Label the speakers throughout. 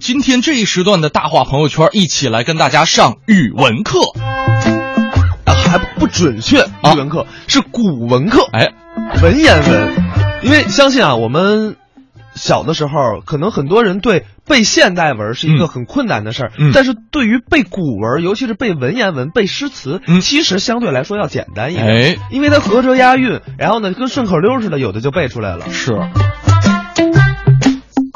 Speaker 1: 今天这一时段的大话朋友圈，一起来跟大家上语文课。
Speaker 2: 啊还不准确，
Speaker 1: 啊
Speaker 2: 语文课是古文课，
Speaker 1: 哎，
Speaker 2: 文言文。因为相信啊，我们小的时候，可能很多人对背现代文是一
Speaker 1: 嗯
Speaker 2: 个很困难的事儿，
Speaker 1: 嗯
Speaker 2: 但是对于背古文，尤其是背文言文、背诗词，
Speaker 1: 嗯
Speaker 2: 其实相对来说要简单一点，
Speaker 1: 哎
Speaker 2: 因为它合辙押韵，然后呢跟顺口溜似的，有的就背出来了。
Speaker 1: 是。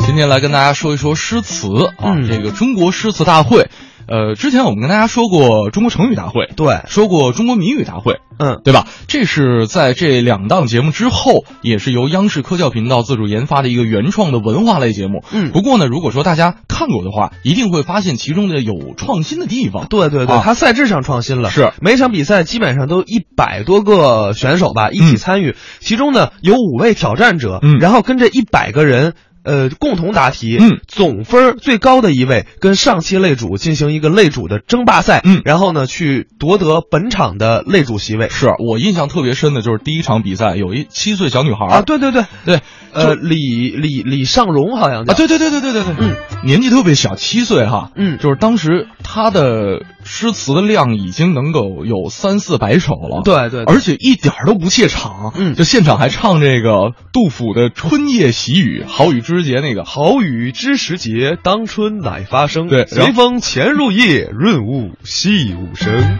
Speaker 1: 今天来跟大家说一说诗词啊，
Speaker 2: 嗯
Speaker 1: 这个中国诗词大会，呃，之前我们跟大家说过中国成语大会，
Speaker 2: 对，
Speaker 1: 说过中国谜语大会，
Speaker 2: 嗯，
Speaker 1: 对吧？这是在这两档节目之后，也是由央视科教频道自主研发的一个原创的文化类节目。
Speaker 2: 嗯
Speaker 1: 不过呢，如果说大家看过的话，一定会发现其中的有创新的地方。
Speaker 2: 对对对，
Speaker 1: 啊
Speaker 2: 它赛制上创新了，
Speaker 1: 是
Speaker 2: 每场比赛基本上都一百多个选手吧一起参与，其中呢有五位挑战者，
Speaker 1: 嗯
Speaker 2: 然后跟这一百个人。呃，共同答题，
Speaker 1: 嗯，
Speaker 2: 总分最高的一位跟上期擂主进行一个擂主的争霸赛，
Speaker 1: 嗯
Speaker 2: 然后呢去夺得本场的擂主席位
Speaker 1: 是我印象特别深的就是第一场比赛，有一七岁小女孩儿
Speaker 2: 啊，对对对，
Speaker 1: 对，
Speaker 2: 呃，李李李尚荣好像
Speaker 1: 啊，
Speaker 2: 叫，
Speaker 1: 对对对对对对对，
Speaker 2: 嗯，
Speaker 1: 年纪特别小，七岁哈，
Speaker 2: 嗯
Speaker 1: 就是当时他的诗词的量已经能够有三四百首了，，
Speaker 2: 对对对，
Speaker 1: 而且一点儿都不怯场，
Speaker 2: 嗯
Speaker 1: 就现场还唱这个杜甫的《春夜喜雨》，好雨知时节那个，
Speaker 2: 好雨知时节，当春乃发生。
Speaker 1: 对然后
Speaker 2: 随风潜入夜，润物细无声。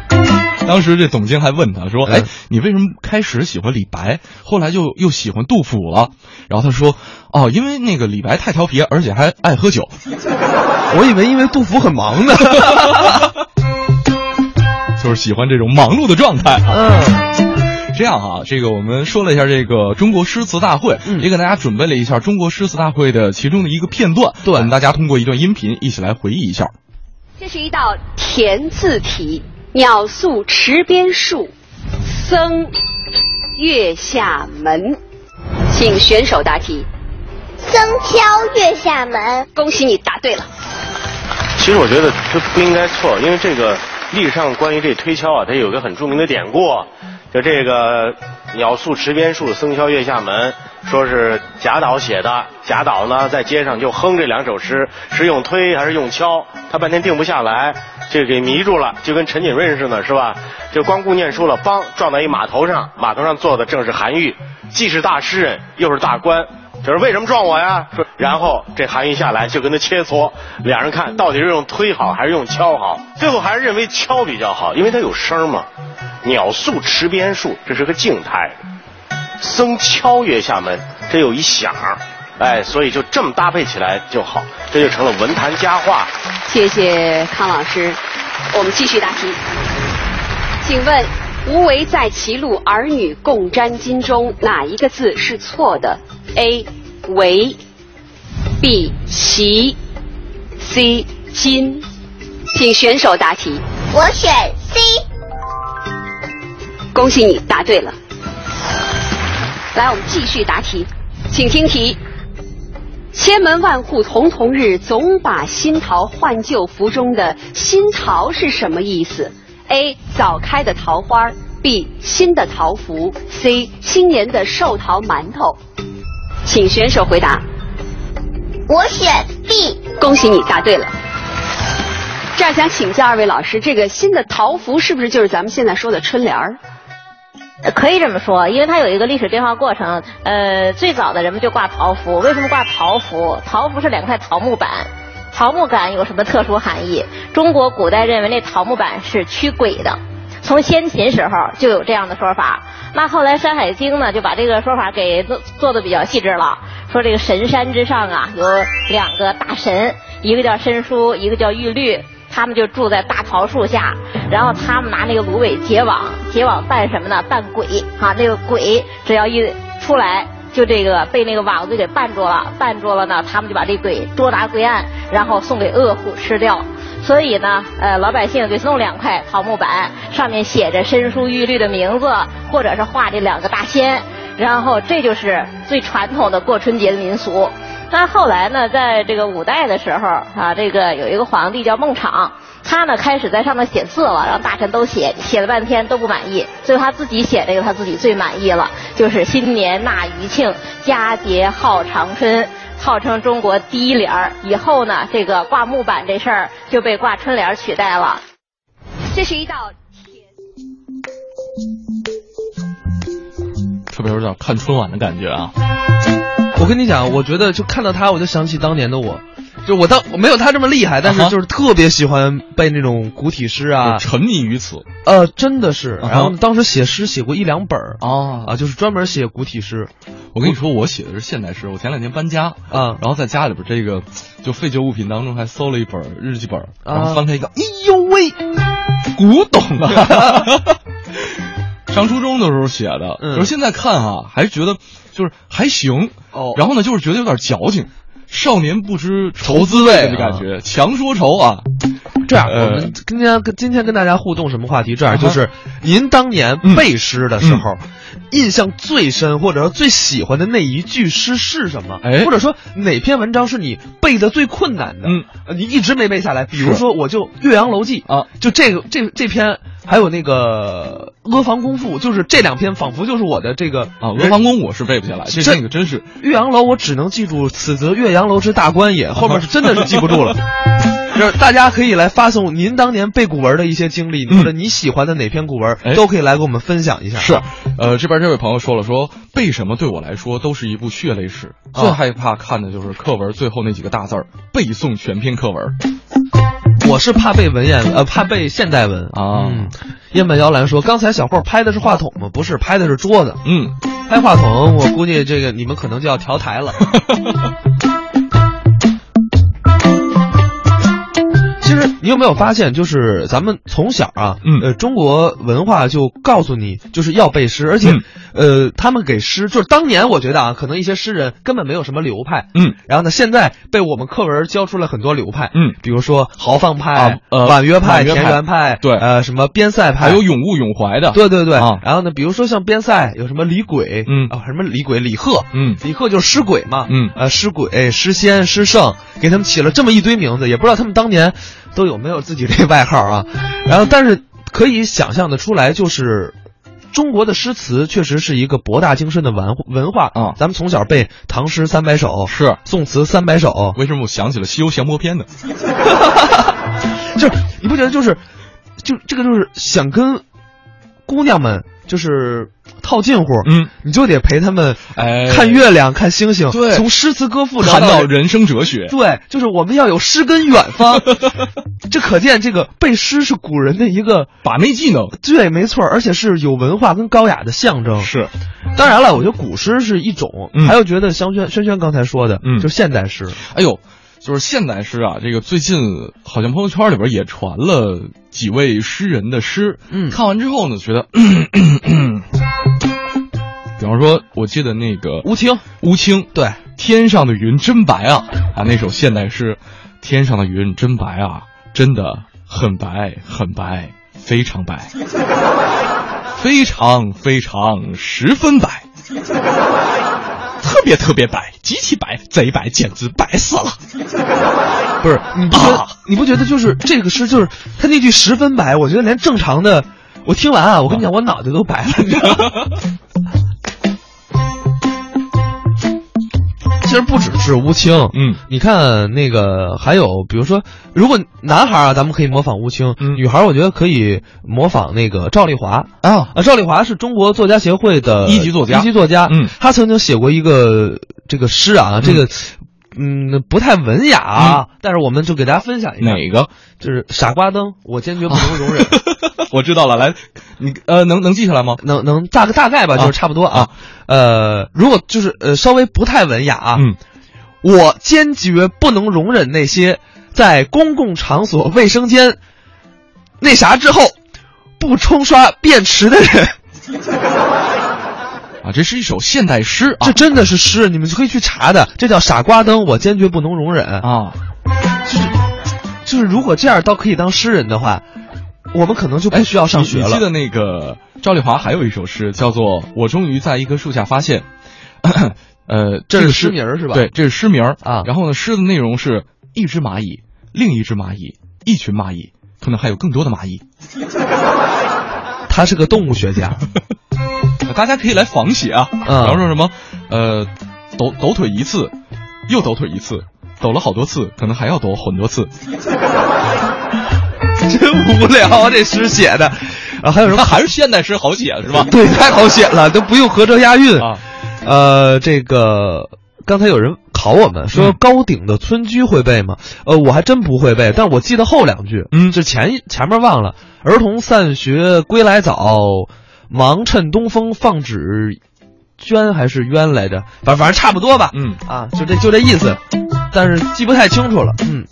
Speaker 1: 当时这总监还问他说：“
Speaker 2: 嗯
Speaker 1: 哎，你为什么开始喜欢李白，后来就又喜欢杜甫了？”然后他说：“哦，因为那个李白太调皮，而且还爱喝酒。”
Speaker 2: 我以为因为杜甫很忙 呢。
Speaker 1: 就是喜欢这种忙碌的状态啊。
Speaker 2: 嗯，
Speaker 1: 这样啊，这个我们说了一下这个中国诗词大会，
Speaker 2: 嗯
Speaker 1: 也给大家准备了一下中国诗词大会的其中的一个片段，
Speaker 2: 对
Speaker 1: 我们大家通过一段音频一起来回忆一下。
Speaker 3: 这是一道田字题：鸟宿池边树，僧月下门。请选手答题，
Speaker 4: 僧敲月下门，
Speaker 3: 恭喜你答对了。
Speaker 5: 其实我觉得这不应该错，因为这个历史上关于这推敲啊，它有一个很著名的典故，就这个“鸟宿池边树，僧敲月下门”，说是贾岛写的。贾岛呢，在街上就哼这两首诗，是用推还是用敲，他半天定不下来，就给迷住了，就跟陈景润似的，是吧？就光顾念书了，梆撞到一码头上，码头上坐的正是韩愈，既是大诗人，又是大官，就是为什么撞我呀？说，然后这韩愈下来就跟他切磋，两人看到底是用推好还是用敲好，最后还是认为敲比较好，因为它有声儿嘛。鸟宿池边树，这是个静态。僧敲月下门，这有一响儿，哎，所以就这么搭配起来就好，这就成了文坛佳话。
Speaker 3: 谢谢康老师，我们继续答题。请问“无为在歧路，儿女共沾巾”中哪一个字是错的？A. 为 B. 席 C. 金，请选手答题。
Speaker 4: 我选 C。
Speaker 3: 恭喜你答对了。来，我们继续答题，请听题：千门万户曈曈日，总把新桃换旧符中的“新桃”是什么意思？A. 早开的桃花儿，B. 新的桃符，C. 新年的寿桃馒头。请选手回答。
Speaker 4: 我选 B。
Speaker 3: 恭喜你答对了。这儿想请教二位老师，这个新的桃符是不是就是咱们现在说的春联儿？
Speaker 6: 呃可以这么说，因为它有一个历史变化过程。呃，最早的人们就挂桃符，为什么挂桃符？桃符是两块桃木板，桃木板有什么特殊含义？中国古代认为那桃木板是驱鬼的，从先秦时候就有这样的说法。那后来《山海经》呢，就把这个说法给做做的比较细致了，说这个神山之上啊，有两个大神，一个叫申叔，一个叫玉律。他们就住在大桃树下，然后他们拿那个芦苇结网，结网扮什么呢？扮鬼啊！那个鬼只要一出来，就这个被那个网子给绊住了，绊住了呢，他们就把这鬼捉拿归案，然后送给恶虎吃掉。所以呢，呃，老百姓就弄两块桃木板，上面写着申叔玉律的名字，或者是画这两个大仙，然后这就是最传统的过春节的民俗。那后来呢，在这个五代的时候啊，这个有一个皇帝叫孟昶，他呢开始在上面写字了，让大臣都写，写了半天都不满意，最后他自己写这个他自己最满意了，就是新年纳余庆，佳节号长春。号称中国第一联儿。以后呢，这个挂木板这事儿就被挂春联儿取代了。
Speaker 3: 这是一道铁。
Speaker 1: 特别有点看春晚的感觉啊。
Speaker 2: 我跟你讲，我觉得就看到他，我就想起当年的我，就我当我没有他这么厉害，但
Speaker 1: 啊
Speaker 2: 是
Speaker 1: 哈
Speaker 2: 就是特别喜欢背那种古体诗
Speaker 1: 就，
Speaker 2: 啊
Speaker 1: 沉迷于此
Speaker 2: 呃，真的是。
Speaker 1: 啊哈
Speaker 2: 然后当时写诗写过一两本儿
Speaker 1: 啊
Speaker 2: 啊，就是专门写古体诗
Speaker 1: 我跟你说，我写的是现代诗。我前两天搬家，
Speaker 2: 啊
Speaker 1: 然后在家里边这个就废旧物品当中还搜了一本日记本，
Speaker 2: 啊
Speaker 1: 然后翻开一个，哎呦喂，古董啊！ 上初中的时候写的，
Speaker 2: 嗯
Speaker 1: 就是现在看啊，还觉得就是还行。
Speaker 2: 哦
Speaker 1: 然后呢，就是觉得有点矫情，少年不知愁滋味啊的感觉，强说愁啊。
Speaker 2: 这样，
Speaker 1: 呃
Speaker 2: 我们今天跟今天跟大家互动什么话题？这样
Speaker 1: 啊哈嗯
Speaker 2: 就是，您当年背诗的时候，印象最深或者说最喜欢的那一句诗是什么？
Speaker 1: 哎
Speaker 2: 或者说哪篇文章是你背的最困难的？
Speaker 1: 嗯
Speaker 2: 呃，你一直没背下来。比如
Speaker 1: 是
Speaker 2: 说，我就《岳阳楼记》
Speaker 1: 啊，
Speaker 2: 就这个这这篇，还有那个《阿房宫赋》，就是这两篇，仿佛就是我的这个
Speaker 1: 啊，《
Speaker 2: 人
Speaker 1: 阿房宫》我是背不下来，这
Speaker 2: 这
Speaker 1: 这个真是
Speaker 2: 岳阳楼，我只能记住“此则岳阳楼之大观也”，后面是真的是记不 住了。就是大家可以来发送您当年背古文的一些经历，或者你喜欢的哪篇古文，
Speaker 1: 嗯哎
Speaker 2: 都可以来跟我们分享一下。
Speaker 1: 是，呃，这边这位朋友说了说，背什么对我来说都是一部血泪史，最害怕看的就是课文最后那几个大字儿，背诵全篇课文。
Speaker 2: 我是怕背文言，呃，怕背现代文
Speaker 1: 啊
Speaker 2: 嗯，燕本摇篮说，刚才小霍拍的是话筒吗？不是，拍的是桌子。
Speaker 1: 嗯，
Speaker 2: 拍话筒，我估计这个你们可能就要调台 了。其实你有没有发现，就是咱们从小啊，
Speaker 1: 嗯
Speaker 2: 呃，中国文化就告诉你就是要背诗，而且，
Speaker 1: 嗯
Speaker 2: 呃，他们给诗，就是当年我觉得啊，可能一些诗人根本没有什么流派，
Speaker 1: 嗯，
Speaker 2: 然后呢，现在被我们课文教出了很多流派，
Speaker 1: 嗯，
Speaker 2: 比如说豪放派
Speaker 1: 啊、呃
Speaker 2: 婉约派、
Speaker 1: 婉约
Speaker 2: 田
Speaker 1: 派
Speaker 2: 园派，
Speaker 1: 对
Speaker 2: 呃，什么边塞派，
Speaker 1: 还有咏物咏怀的。，
Speaker 2: 对对对，
Speaker 1: 啊
Speaker 2: 然后呢，比如说像边塞有什么李鬼，
Speaker 1: 嗯
Speaker 2: 啊，什么李鬼、李贺，
Speaker 1: 嗯
Speaker 2: 李贺就是诗鬼嘛，
Speaker 1: 嗯
Speaker 2: 呃，诗鬼、诗仙、诗圣，给他们起了这么一堆名字，也不知道他们当年都有没有自己这外号 啊。然后，但是可以想象的出来，就是。中国的诗词确实是一个博大精深的文文化
Speaker 1: 啊
Speaker 2: 咱们从小背唐诗三百首，
Speaker 1: 是
Speaker 2: 宋词三百首，
Speaker 1: 为什么我想起了《西游降魔篇》呢？
Speaker 2: 就是你不觉得就是，就这个就是想跟姑娘们就是套近乎，
Speaker 1: 嗯，
Speaker 2: 你就得陪她们
Speaker 1: 哎
Speaker 2: 看月亮、看星星，
Speaker 1: 对
Speaker 2: 从诗词歌赋聊
Speaker 1: 谈到
Speaker 2: 人
Speaker 1: 人生哲学。
Speaker 2: 对，就是我们要有诗跟远方， 这可见这个背诗是古人的一个，
Speaker 1: 把妹技能
Speaker 2: 对，没错，而且是有文化跟高雅的象征。
Speaker 1: 是，
Speaker 2: 当然了，我觉得古诗是一种，
Speaker 1: 嗯
Speaker 2: 还有觉得像轩轩轩刚才说的，
Speaker 1: 嗯
Speaker 2: 就是现代诗，
Speaker 1: 哎呦，就是现代诗啊，这个最近好像朋友圈里边也传了几位诗人的诗，
Speaker 2: 嗯
Speaker 1: 看完之后呢，觉得， 咳咳咳比方说，我记得那个
Speaker 2: 乌青，
Speaker 1: 乌青，
Speaker 2: 对，
Speaker 1: 天上的云真白啊啊那首现代诗，天上的云真白啊，真的很白很白，非常白， 非常非常十分白，特别特别白，极其白，贼白，简直白死了。
Speaker 2: 不是，你不觉得、
Speaker 1: 啊
Speaker 2: 你不觉得就是这个诗，就是他那句十分白，我觉得连正常的，我听完啊，我跟你讲，我脑袋都白了，你知 道吗？其实不只是乌青，
Speaker 1: 嗯，
Speaker 2: 你看那个还有，比如说，如果男孩啊，咱们可以模仿乌青；
Speaker 1: 嗯
Speaker 2: 女孩，我觉得可以模仿那个赵丽华。
Speaker 1: 啊，
Speaker 2: 啊，赵丽华是中国作家协会的
Speaker 1: 一级作家
Speaker 2: 一级作家。
Speaker 1: 嗯
Speaker 2: 他曾经写过一个这个诗啊，这个嗯不太文雅啊，
Speaker 1: 嗯
Speaker 2: 但是我们就给大家分享一下，
Speaker 1: 哪 个？
Speaker 2: 就是傻瓜灯，我坚决不能容
Speaker 1: 啊
Speaker 2: 忍。
Speaker 1: 我知道了，来，你呃，能能记下来吗？
Speaker 2: 能能大概大概吧，
Speaker 1: 啊
Speaker 2: 就是差不多啊。呃，如果就是呃稍微不太文雅啊，
Speaker 1: 嗯，
Speaker 2: 我坚决不能容忍那些在公共场所卫生间那啥之后不冲刷便池的人。
Speaker 1: 啊，这是一首现代诗啊
Speaker 2: 这真的是诗，你们就可以去查的，这叫傻瓜灯，我坚决不能容忍。
Speaker 1: 啊，
Speaker 2: 就是如果这样倒可以当诗人的话，我们可能就不需要上学
Speaker 1: 哎你你记得
Speaker 2: 了。
Speaker 1: 那个赵丽华还有一首诗叫做《我终于在一棵树下发现》， 呃，
Speaker 2: 这是
Speaker 1: 个
Speaker 2: 诗名儿是吧
Speaker 1: 对，这是诗名儿
Speaker 2: 啊
Speaker 1: 然后呢，诗的内容是一只蚂蚁，另一只蚂蚁，一群蚂蚁，可能还有更多的蚂蚁。
Speaker 2: 他是个动物学家，
Speaker 1: 大家可以来仿写啊，
Speaker 2: 嗯
Speaker 1: 然后说什么，呃，抖抖腿一次，
Speaker 7: 又抖腿一次，抖了好多次，可能还要抖很多次。
Speaker 2: 真无聊，这诗写 的。啊，还有什么
Speaker 7: 那？还是现代诗好写是吧？
Speaker 2: 对，太好写了，都不用合辙押韵
Speaker 7: 啊。
Speaker 2: 呃，这个刚才有人考我们说
Speaker 7: 嗯
Speaker 2: 高鼎的《村居》会背吗？呃，我还真不会背，但我记得后两句，
Speaker 7: 嗯
Speaker 2: 就前一前面忘了。儿童散学归来早，忙趁东风放纸鸢还是冤来着？反反正差不多吧。
Speaker 7: 嗯，
Speaker 2: 啊，就这就这意思，但是记不太清楚了。嗯，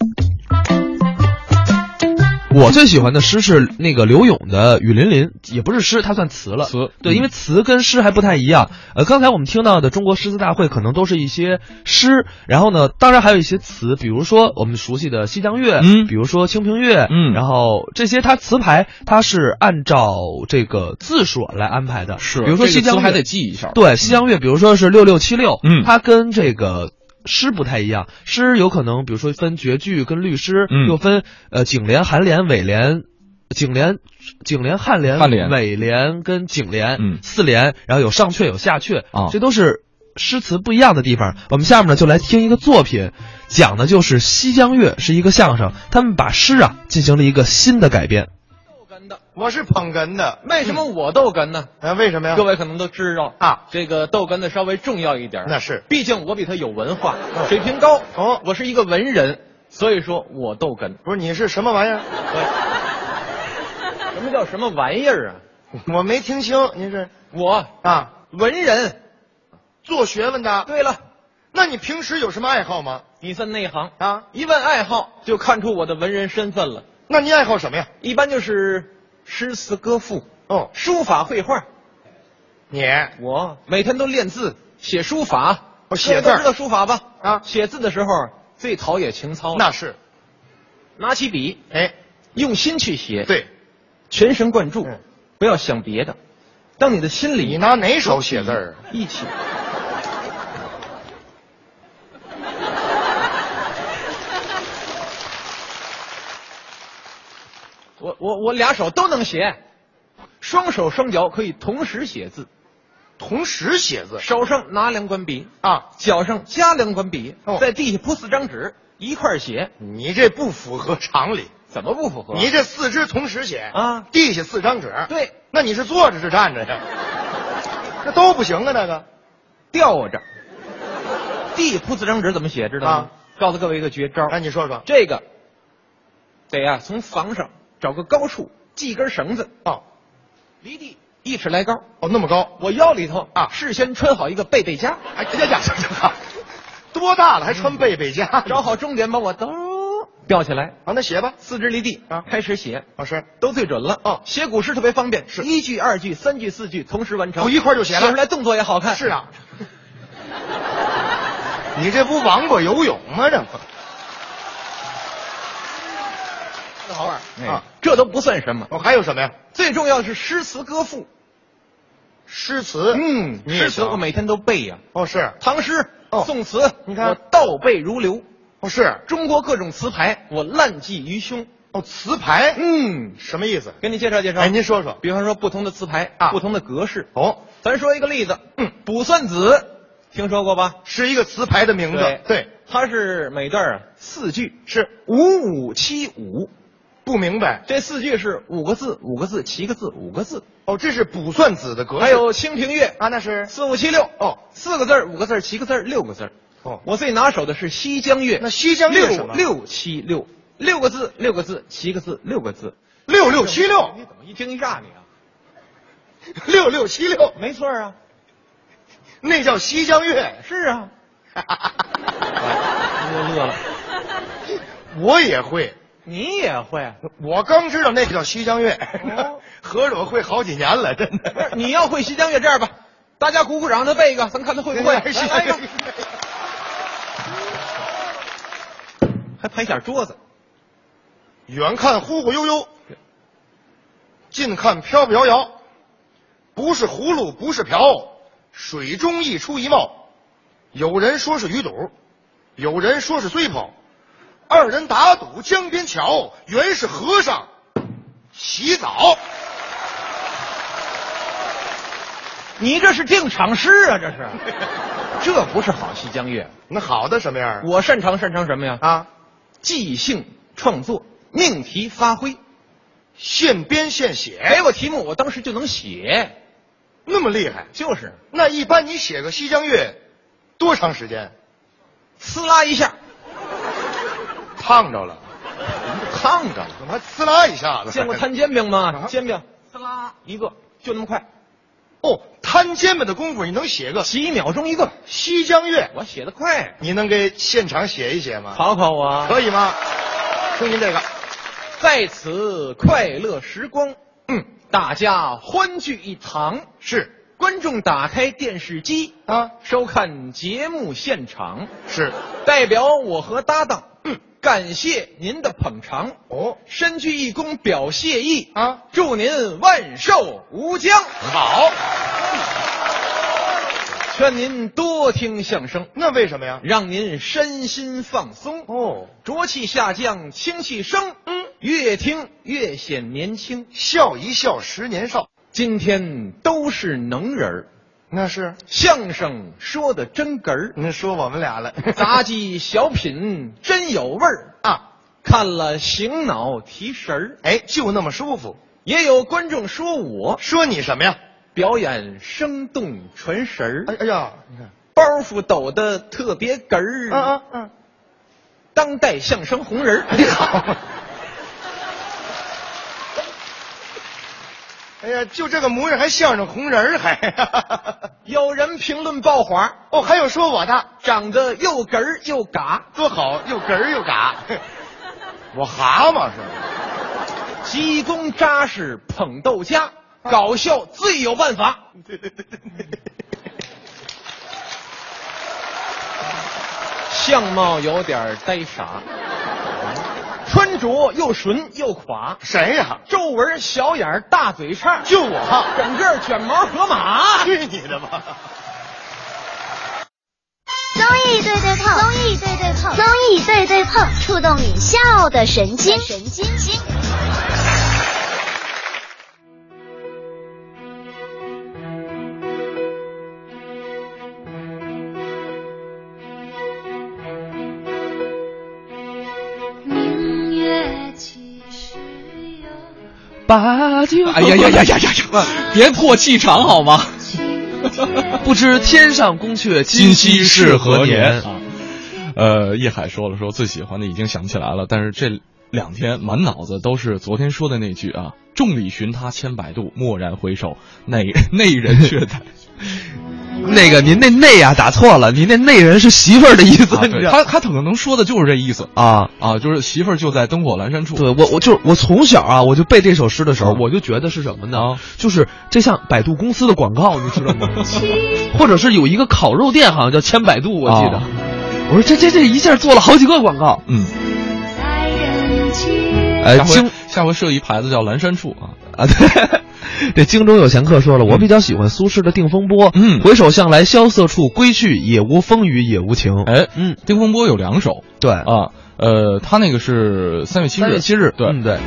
Speaker 2: 我最喜欢的诗是那个刘勇的《雨霖铃》，也不是诗，它算词了。
Speaker 7: 词嗯
Speaker 2: 对，因为词跟诗还不太一样。呃，刚才我们听到的中国诗词大会可能都是一些诗，然后呢，当然还有一些词，比如说我们熟悉的西江月，
Speaker 7: 嗯
Speaker 2: 比如说清平乐，
Speaker 7: 嗯
Speaker 2: 然后这些它词牌它是按照这个字数来安排的，
Speaker 7: 嗯是，
Speaker 2: 比如说
Speaker 7: 这个
Speaker 2: 西江
Speaker 7: 词
Speaker 2: 月
Speaker 7: 还得记一下。
Speaker 2: 对，西洋乐，比如说是六六七六，
Speaker 7: 啊嗯
Speaker 2: 它跟这个诗不太一样，诗有可能比如说分绝句跟律诗，
Speaker 7: 嗯
Speaker 2: 又分呃颈联、颔联、尾联。颈联、颈联、颔联、
Speaker 7: 颔联
Speaker 2: 尾联跟颈联、
Speaker 7: 嗯
Speaker 2: 四联，然后有上阙有下阙，
Speaker 7: 啊
Speaker 2: 这都是诗词不一样的地方。我们下面呢就来听一个作品，讲的就是西江月是一个相声，他们把诗啊进行了一个新的改编。
Speaker 8: 我是捧哏的，
Speaker 1: 为什么我逗哏呢？
Speaker 8: 呃，为什么呀？
Speaker 1: 各位可能都知道
Speaker 8: 啊，
Speaker 1: 这个逗哏的稍微重要一点。
Speaker 8: 那是嗯
Speaker 1: 毕竟我比他有文化，水平高。
Speaker 8: 哦
Speaker 1: 我是一个文人，所以说我逗哏。
Speaker 8: 不是你是什么玩意儿？
Speaker 1: 什么叫什么玩意儿啊？
Speaker 8: 我没听清，您是
Speaker 1: 我
Speaker 8: 啊，
Speaker 1: 文人。
Speaker 8: 做学问的。
Speaker 1: 对了，
Speaker 8: 那你平时有什么爱好吗？
Speaker 1: 你算内行，
Speaker 8: 啊，
Speaker 1: 一问爱好就看出我的文人身份了。
Speaker 8: 那您爱好什么呀？
Speaker 1: 一般就是诗词歌赋、
Speaker 8: 哦，
Speaker 1: 书法绘画。
Speaker 8: 你
Speaker 1: 我每天都练字，写书法。
Speaker 8: 哦写
Speaker 1: 各
Speaker 8: 字
Speaker 1: 位
Speaker 8: 儿
Speaker 1: 都知道书法吧？
Speaker 8: 啊
Speaker 1: 写字的时候最陶冶情操了。
Speaker 8: 那是
Speaker 1: 拿起笔，
Speaker 8: 哎，
Speaker 1: 用心去写，，
Speaker 8: 对，
Speaker 1: 全神贯注
Speaker 8: 嗯，
Speaker 1: 不要想别的。当你的心里
Speaker 8: 你拿哪手写字儿啊？
Speaker 1: 一起，我我我俩手都能写，双手双脚可以同时写字，
Speaker 8: 同时写字
Speaker 1: 手上拿两管笔，
Speaker 8: 啊？
Speaker 1: 脚上加两管笔，
Speaker 8: 哦
Speaker 1: 在地下铺四张纸，一块儿写，
Speaker 8: 你这不符合常理。
Speaker 1: 怎么不符合？
Speaker 8: 你这四肢同时写
Speaker 1: 啊
Speaker 8: 地下四张纸。
Speaker 1: 对，
Speaker 8: 那你是坐着是站着 呀？这都不行啊，那个
Speaker 1: 吊着，地铺四张纸怎么写？知道吗？
Speaker 8: 啊
Speaker 1: 告诉各位一个绝招，
Speaker 8: 哎你说说
Speaker 1: 这个得呀、从房上找个高处系根绳子，
Speaker 8: 哦
Speaker 1: 离地一尺来高。
Speaker 8: 哦那么高，
Speaker 1: 我腰里头
Speaker 8: 啊
Speaker 1: 事先穿好一个背背夹，
Speaker 8: 哎呀呀呀呀！ 多大了还穿贝贝夹？
Speaker 1: 嗯找好终点，把我兜吊起来，
Speaker 8: 啊，那写吧，
Speaker 1: 四肢离地
Speaker 8: 啊
Speaker 1: 开始写，
Speaker 8: 老师。
Speaker 1: 都对准了。
Speaker 8: 哦
Speaker 1: 写古诗特别方便，是一句、二句、三句、四句同时完成，
Speaker 8: 哦一块儿就写了
Speaker 1: 写出来动作也好看。
Speaker 8: 是啊，你这不王八游泳吗？这不
Speaker 1: 好玩
Speaker 8: 哎
Speaker 1: 啊，这都不算什么，
Speaker 8: 哦，还有什么呀？
Speaker 1: 最重要的是诗词歌赋。
Speaker 8: 诗词，
Speaker 1: 嗯，
Speaker 8: 你也
Speaker 1: 诗词
Speaker 8: 行
Speaker 1: 我每天都背呀、
Speaker 8: 哦是
Speaker 1: 唐诗、
Speaker 8: 哦
Speaker 1: 宋词，
Speaker 8: 你看
Speaker 1: 我倒背如流。
Speaker 8: 哦是
Speaker 1: 中国各种词牌，我烂记于胸。
Speaker 8: 哦词牌，
Speaker 1: 嗯，
Speaker 8: 什么意思？
Speaker 1: 给你介绍介绍。
Speaker 8: 哎，您说说
Speaker 1: 比方说不同的词牌
Speaker 8: 啊
Speaker 1: 不同的格式。
Speaker 8: 哦，
Speaker 1: 咱说一个例子，
Speaker 8: 嗯，
Speaker 1: 卜算子，听说过吧？
Speaker 8: 是一个词牌的名字，对，
Speaker 1: 它是每段啊四句，
Speaker 8: 是
Speaker 1: 五五七五，
Speaker 8: 不明白
Speaker 1: 这四句是五个字，五个字，七个字，五个字。
Speaker 8: 哦，这是卜算子的格式，
Speaker 1: 还有《清平乐》
Speaker 8: 啊，那是
Speaker 1: 四五七六
Speaker 8: 哦，
Speaker 1: 四个字儿，五个字儿，七个字儿，六个字儿。
Speaker 8: 哦
Speaker 1: 我最拿手的是西江月。
Speaker 8: 那西江月是什
Speaker 1: 六
Speaker 8: 么
Speaker 1: 六七六，六个字，六个字，七个字，六个字。
Speaker 8: 六六七六
Speaker 1: 你怎么一惊一乍你啊？
Speaker 8: 六六七六，
Speaker 1: 没错儿啊，
Speaker 8: 那叫西江月。
Speaker 1: 是 啊。我乐了，
Speaker 8: 我也会，
Speaker 1: 你也会？啊
Speaker 8: 我刚知道那个叫西江月
Speaker 1: 哦，
Speaker 8: 合着我会好几年了，真
Speaker 1: 不是
Speaker 8: 的。
Speaker 1: 你要会西江月，这样吧，大家鼓鼓掌，让他背一个，咱看他会 不会。来来一个还拍下桌子，
Speaker 8: 远看忽忽悠悠，近看飘飘摇摇，不是葫芦不是瓢，水中一出一冒。有人说是鱼肚，有人说是虽跑，二人打赌江边桥，原是和尚洗澡。
Speaker 1: 你这是定场诗啊，这是。
Speaker 9: 这不是好西江月。
Speaker 8: 那好的什么样？
Speaker 9: 我擅长擅长什么呀？
Speaker 8: 啊，
Speaker 9: 即兴创 作，命题发挥。
Speaker 8: 现编现
Speaker 9: 给
Speaker 8: 写，
Speaker 9: 我题目，我当时就能写。
Speaker 8: 那么厉害。
Speaker 9: 就是
Speaker 8: 那一般你写个西江月，多长时间？
Speaker 9: 呲啦一下，
Speaker 8: 烫着了，
Speaker 9: 烫着了。
Speaker 8: 怎么还呲啦一下子？
Speaker 9: 见过摊煎饼吗？
Speaker 8: 啊
Speaker 9: 煎饼呲啦一个，就那么快，
Speaker 8: 哦，摊煎饼的功夫，你能写个
Speaker 9: 几秒钟一个。
Speaker 8: 西江月？
Speaker 9: 我写的快，
Speaker 8: 你能给现场写一写吗？，
Speaker 9: 考考我啊。
Speaker 8: 可以吗？听您这个，
Speaker 9: 在此快乐时光，嗯，大家欢聚一堂。
Speaker 8: 是
Speaker 9: 观众打开电视机
Speaker 8: 啊，
Speaker 9: 收看节目现场。
Speaker 8: 是
Speaker 9: 代表我和搭档，嗯，感谢您的捧场，
Speaker 8: 哦，
Speaker 9: 深鞠一躬表谢意
Speaker 8: 啊！
Speaker 9: 祝您万寿无疆。好，劝您多听相声，
Speaker 8: 那为什么呀？
Speaker 9: 让您身心放松，
Speaker 8: 哦，
Speaker 9: 浊气下降，清气升。嗯，越听越显年轻。
Speaker 8: 笑一笑，十年少，
Speaker 9: 今天都是能人儿，
Speaker 8: 那是
Speaker 9: 相声说的真哏儿。
Speaker 8: 您说我们俩了，
Speaker 9: 杂技小品真有味儿啊！看了醒脑提神儿。
Speaker 8: 哎，就那么舒服。
Speaker 9: 也有观众说我
Speaker 8: 说你什么呀？
Speaker 9: 表演生动传神
Speaker 8: 哎
Speaker 9: 儿，
Speaker 8: 哎呀，你看，
Speaker 9: 包袱抖得特别哏儿。
Speaker 8: 啊啊啊！
Speaker 9: 当代相声红人
Speaker 8: 你
Speaker 9: 儿。
Speaker 8: 好。 哎呀，就这个模样还相声红人儿还，
Speaker 9: 有人评论爆花，
Speaker 8: 哦，还有说我的，
Speaker 9: 长得又哏儿又嘎，
Speaker 8: 多好，又哏儿又嘎，我蛤蟆是吗？
Speaker 9: 鸡公扎实捧逗家，搞笑最有办法。相貌有点呆傻，穿着又纯又垮，
Speaker 8: 谁呀、
Speaker 9: 皱纹小眼儿大嘴叉，
Speaker 8: 就我，
Speaker 9: 整个卷毛河马。
Speaker 8: 去你的吧！
Speaker 4: 综艺对对碰，综艺对对碰，综艺对对碰，触动你笑的神经，神经经。
Speaker 10: 明月几时有？
Speaker 2: 把酒。
Speaker 1: 哎呀呀呀呀呀呀！别破气场好吗？
Speaker 2: 不知天上宫阙，
Speaker 1: 今
Speaker 2: 夕
Speaker 1: 夕是何年
Speaker 2: 年？
Speaker 1: 啊？呃，叶海说了说最喜欢的已经想不起来了，但是这两天满脑子都是昨天说的那句啊：“众里寻他千百度，蓦然回首，那 那人却 在。
Speaker 2: 那个您那内呀、打错了，您那内人是媳妇儿的意思，
Speaker 1: 啊
Speaker 2: 你知
Speaker 1: 对
Speaker 2: 道
Speaker 1: 他他可能能说的就是这意思
Speaker 2: 啊？
Speaker 1: 啊，就是媳妇儿就在灯火阑珊处。
Speaker 2: 对我，我就是我从小啊，我就背这首诗的时候，我就觉得是什么呢？就是这像百度公司的广告，你知 道吗？或者是有一个烤肉店，好像叫千百度，我记得。
Speaker 1: 啊
Speaker 2: 我说这这这一下做了好几个广告，
Speaker 1: 嗯，
Speaker 10: 在人间。
Speaker 2: 呃，
Speaker 1: 下
Speaker 2: 经
Speaker 1: 回下回设一牌子叫阑珊处 啊。
Speaker 2: 啊，对， 这荆州有闲客说了，我比较喜欢苏轼的《定风波》。
Speaker 1: 嗯
Speaker 2: 回首向来萧瑟处，归去也无风雨也无晴。
Speaker 1: 哎，
Speaker 2: 嗯，
Speaker 1: 丁风波有两首
Speaker 2: 对，
Speaker 1: 啊，呃，他那个是三月七日，
Speaker 2: 三月七日，
Speaker 1: 对，
Speaker 2: 嗯对，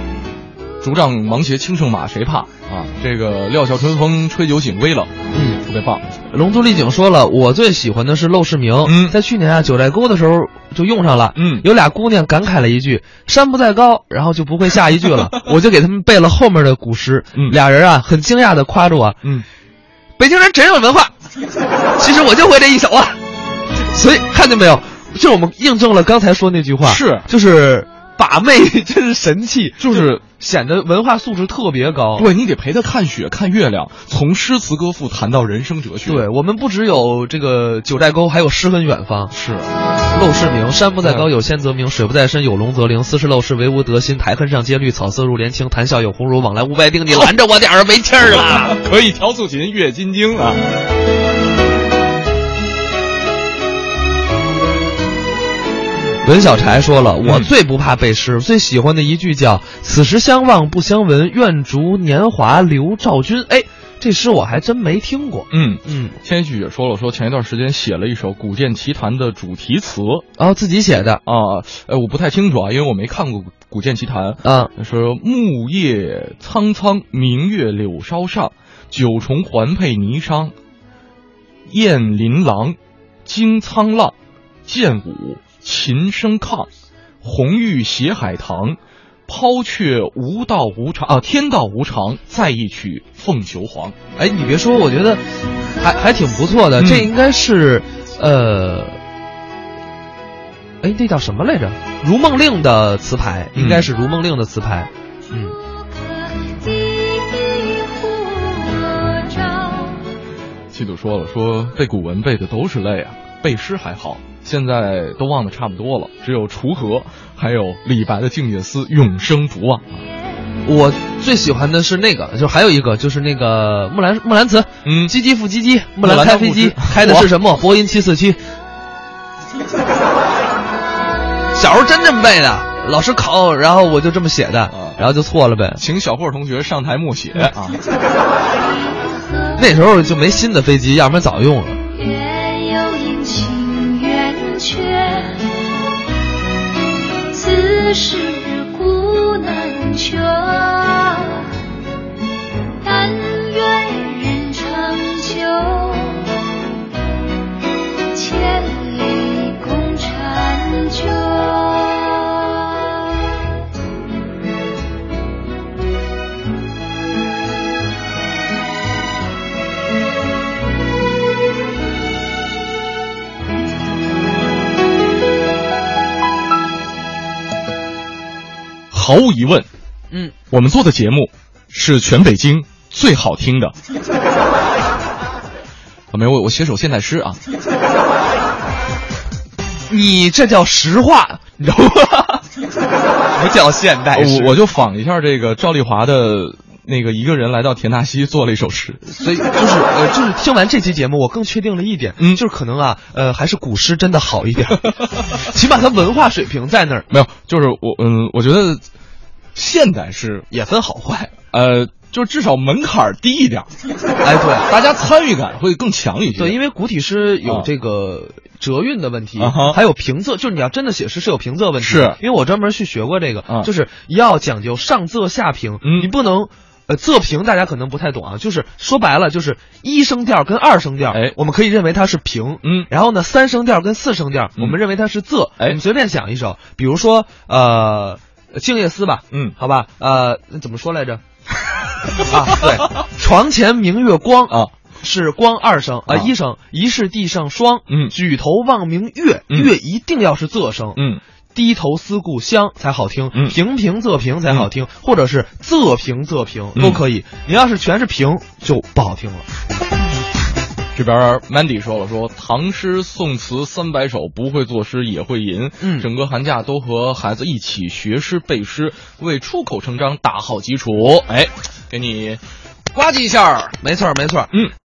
Speaker 1: 竹杖芒鞋轻胜马，谁怕啊？这个料峭春风吹酒醒微冷，
Speaker 2: 嗯，
Speaker 1: 特别棒。
Speaker 2: 龙珠丽景说了，我最喜欢的是陋室铭。
Speaker 1: 嗯
Speaker 2: 在去年啊九寨沟的时候就用上了。
Speaker 1: 嗯
Speaker 2: 有俩姑娘感慨了一句“山不在高”，然后就不会下一 句了。我就给他们背了后面的古诗。
Speaker 1: 嗯
Speaker 2: 俩人啊很惊讶的夸着我
Speaker 1: 嗯，：“
Speaker 2: 北京人真有文化。”其实我就会这一首啊。所以看见没有，这我们印证了刚才说那句话，
Speaker 1: 是
Speaker 2: 就是把妹真是神器，
Speaker 1: 就是
Speaker 2: 显得文化素质特别高。
Speaker 1: 对你得陪他看雪看月亮，从诗词歌赋谈到人生哲学。
Speaker 2: 对，，我们不只有这个九寨沟，还有诗很远方。
Speaker 1: 是
Speaker 2: 陋室铭：山不在高，
Speaker 1: 嗯
Speaker 2: 有仙则名；水不在深，有龙则灵。斯是陋室，惟吾德馨。苔痕上阶绿，草色入帘青。谈笑有鸿儒，往来无白丁。你拦着我点儿，没气儿了。
Speaker 1: 啊 可以调素琴阅金经啊。
Speaker 2: 文小柴说了，我
Speaker 1: 嗯
Speaker 2: 最不怕背诗，最喜欢的一句叫“此时相望不相闻，愿逐年华流照君”。哎，这诗我还真没听过。
Speaker 1: 嗯，
Speaker 2: 嗯，
Speaker 1: 千玺也说了，说前一段时间写了一首《古剑奇谭》的主题词
Speaker 2: 然哦后自己写的
Speaker 1: 啊，呃，我不太清楚啊，因为我没看过《古剑奇谭》。
Speaker 2: 啊，
Speaker 1: 说木叶苍苍，明月柳梢上，九重环佩霓裳，燕翎郎，经沧浪、剑舞、琴声亢、红玉斜海棠，抛却无道无常啊，天道无常，再一曲凤求凰。
Speaker 2: 哎，你别说，我觉得还还挺不错的。
Speaker 1: 嗯
Speaker 2: 这应该是，呃，哎，那叫什么来着？《如梦令》的词牌，应该是《如梦令》的词牌。嗯，
Speaker 10: 滴滴湖波照，
Speaker 1: 七祖说了，说背古文背的都是泪啊，背诗还好，现在都忘得差不多了，只有《锄禾》还有李白的《静夜思》永生不忘。
Speaker 2: 我最喜欢的是那个，就还有一个就是那个木兰木兰辞，
Speaker 1: 嗯
Speaker 2: 唧唧复唧唧，木
Speaker 1: 木兰
Speaker 2: 兰
Speaker 1: 当
Speaker 2: 开飞
Speaker 1: 户
Speaker 2: 机，
Speaker 1: 织
Speaker 2: 开的是什么？波音七四 七。小时候真这么背的，老师考，然后我就这么写的
Speaker 1: 啊，
Speaker 2: 然后就错了呗。
Speaker 1: 请小霍同学上台默写啊！
Speaker 2: 那时候就没新的飞机，要不然早用了。
Speaker 10: 月有阴晴圆缺。此时古难求，但愿人长久，千里共婵娟。
Speaker 1: 毫无疑问，
Speaker 2: 嗯，
Speaker 1: 我们做的节目是全北京最好听 的。啊，没有，我我写首现代诗啊。
Speaker 2: 你这叫实 话，你知道吗？不叫现代
Speaker 1: 我我
Speaker 2: 我
Speaker 1: 就仿一下这个赵丽华的那个一个人来到田纳西做了一首诗。
Speaker 2: 所以就是呃，就是听完这期节目，我更确定了一点，
Speaker 1: 嗯
Speaker 2: 就是可能啊，呃，还是古诗真的好一点， 起码它文化水平在那儿
Speaker 1: 没有，就是我嗯，我觉得现代诗
Speaker 2: 也分好坏。
Speaker 1: 呃，就至少门槛儿低一点儿，
Speaker 2: 哎，对
Speaker 1: 大家参与感会更强一些。
Speaker 2: 对，因
Speaker 1: 为
Speaker 2: 为古体诗
Speaker 1: 嗯
Speaker 2: 有
Speaker 1: 啊
Speaker 2: 这个折韵的问题，
Speaker 1: 啊哈
Speaker 2: 还有平仄，就是你要真的写诗是有平仄问题。
Speaker 1: 是
Speaker 2: 因为我专门去学过这个，
Speaker 1: 啊
Speaker 2: 就是要讲究上仄下平，
Speaker 1: 嗯
Speaker 2: 你不能。呃，仄平大家可能不太懂啊，就是说白了，就是一声调跟二声调，
Speaker 1: 哎
Speaker 2: 我们可以认为它是平，
Speaker 1: 嗯
Speaker 2: 然后呢，三声调跟四声调，
Speaker 1: 嗯
Speaker 2: 我们认为它是仄，
Speaker 1: 哎
Speaker 2: 我们随便想一首，比如说呃，《静夜思》吧，
Speaker 1: 嗯
Speaker 2: 好吧，呃，那怎么说 来着？啊，对，床前明月光
Speaker 1: 啊，
Speaker 2: 是光二声啊、
Speaker 1: 啊
Speaker 2: 一声，疑是地上霜。
Speaker 1: 嗯
Speaker 2: 举头望明月，
Speaker 1: 嗯
Speaker 2: 月一定要是仄声。
Speaker 1: 嗯，
Speaker 2: 低头思故乡才好听，
Speaker 1: 嗯
Speaker 2: 平平仄平才好听，或者是仄平仄平
Speaker 1: 嗯
Speaker 2: 都可以。你要是全是平就不好听了。
Speaker 1: 这边儿 Mandy 说了说，唐诗宋词三百首，不会作诗也会吟。
Speaker 2: 嗯
Speaker 1: 整个寒假都和孩子一起学诗背诗，为出口成章打好基础。哎，给你呱唧一下儿。
Speaker 2: 没错儿，没错儿。
Speaker 1: 嗯。